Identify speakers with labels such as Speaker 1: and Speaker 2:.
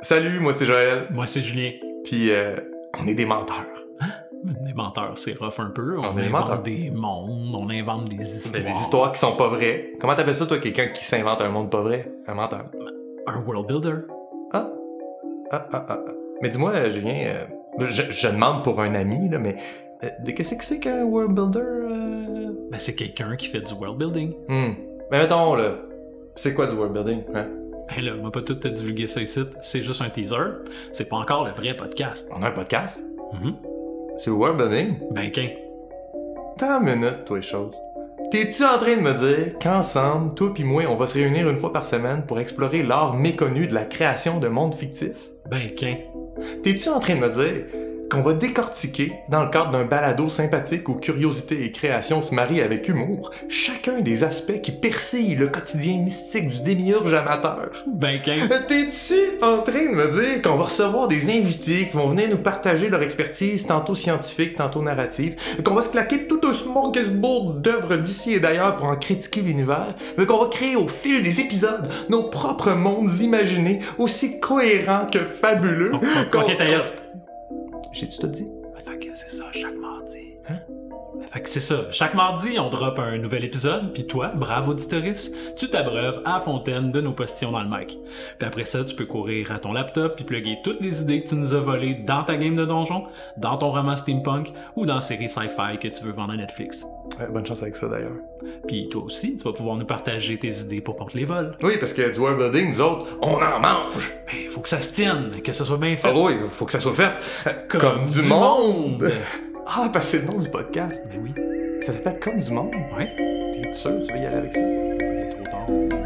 Speaker 1: Salut, moi c'est Joël.
Speaker 2: Moi, c'est Julien.
Speaker 1: Puis euh, on est des menteurs.
Speaker 2: Des menteurs, c'est rough un peu. On,
Speaker 1: On est des menteurs.
Speaker 2: invente des mondes, on invente des histoires.
Speaker 1: Des histoires qui sont pas vraies. Comment t'appelles ça toi, quelqu'un qui s'invente un monde pas vrai Un menteur.
Speaker 2: Un world builder.
Speaker 1: Ah, ah, ah, ah. ah. Mais dis-moi, euh, Julien, euh, je, je demande pour un ami là, mais euh, de- qu'est-ce que c'est qu'un world builder euh?
Speaker 2: Ben, c'est quelqu'un qui fait du world building.
Speaker 1: Hmm. Mais mettons là, c'est quoi du world building hein?
Speaker 2: Ben là, on va pas tout te divulguer ça ici. C'est juste un teaser. C'est pas encore le vrai podcast.
Speaker 1: On a un podcast
Speaker 2: Mhm.
Speaker 1: C'est le world building.
Speaker 2: Ben, qu'un.
Speaker 1: T'as une minute, toi les choses. T'es-tu en train de me dire qu'ensemble, toi puis moi, on va se réunir une fois par semaine pour explorer l'art méconnu de la création de mondes fictifs
Speaker 2: Ben, qu'un.
Speaker 1: T'es-tu en train de me dire qu'on va décortiquer, dans le cadre d'un balado sympathique où curiosité et création se marient avec humour, chacun des aspects qui persillent le quotidien mystique du démiurge amateur? Euh,
Speaker 2: Ben, qu'un.
Speaker 1: T'es-tu en train de me dire qu'on va recevoir des invités qui vont venir nous partager leur expertise, tantôt scientifique, tantôt narrative, qu'on va se claquer tout un smorgasbord d'œuvres d'ici et d'ailleurs pour en critiquer l'univers, mais qu'on va créer au fil des épisodes nos propres mondes imaginés, aussi cohérents que fabuleux?
Speaker 2: Oh, oh,
Speaker 1: Qu'on-
Speaker 2: ok, ta gueule.
Speaker 1: J'ai-tu tout dit?
Speaker 2: Ben, Fait que c'est ça, chaque mardi. Hein? Fait que c'est ça. Chaque mardi, on drop un nouvel épisode, puis toi, brave auditoriste, tu t'abreuves à la fontaine de nos postillons dans le mic. Puis après ça, tu peux courir à ton laptop puis plugger toutes les idées que tu nous as volées dans ta game de donjon, dans ton roman steampunk ou dans la série sci-fi que tu veux vendre à Netflix.
Speaker 1: Ouais, bonne chance avec ça d'ailleurs.
Speaker 2: Puis toi aussi, tu vas pouvoir nous partager tes idées pour qu'on te les vole.
Speaker 1: Oui, parce que du world building, nous autres, on en mange.
Speaker 2: Ben, faut que ça se tienne, que ce soit bien fait.
Speaker 1: Ah oui, faut que ça soit fait euh, comme, du, monde. Ah, parce que c'est le nom du podcast.
Speaker 2: Ben oui,
Speaker 1: Ça s'appelle Comme du monde.
Speaker 2: ouais,
Speaker 1: T'es sûr, que tu veux y aller avec ça?
Speaker 2: il est trop tard.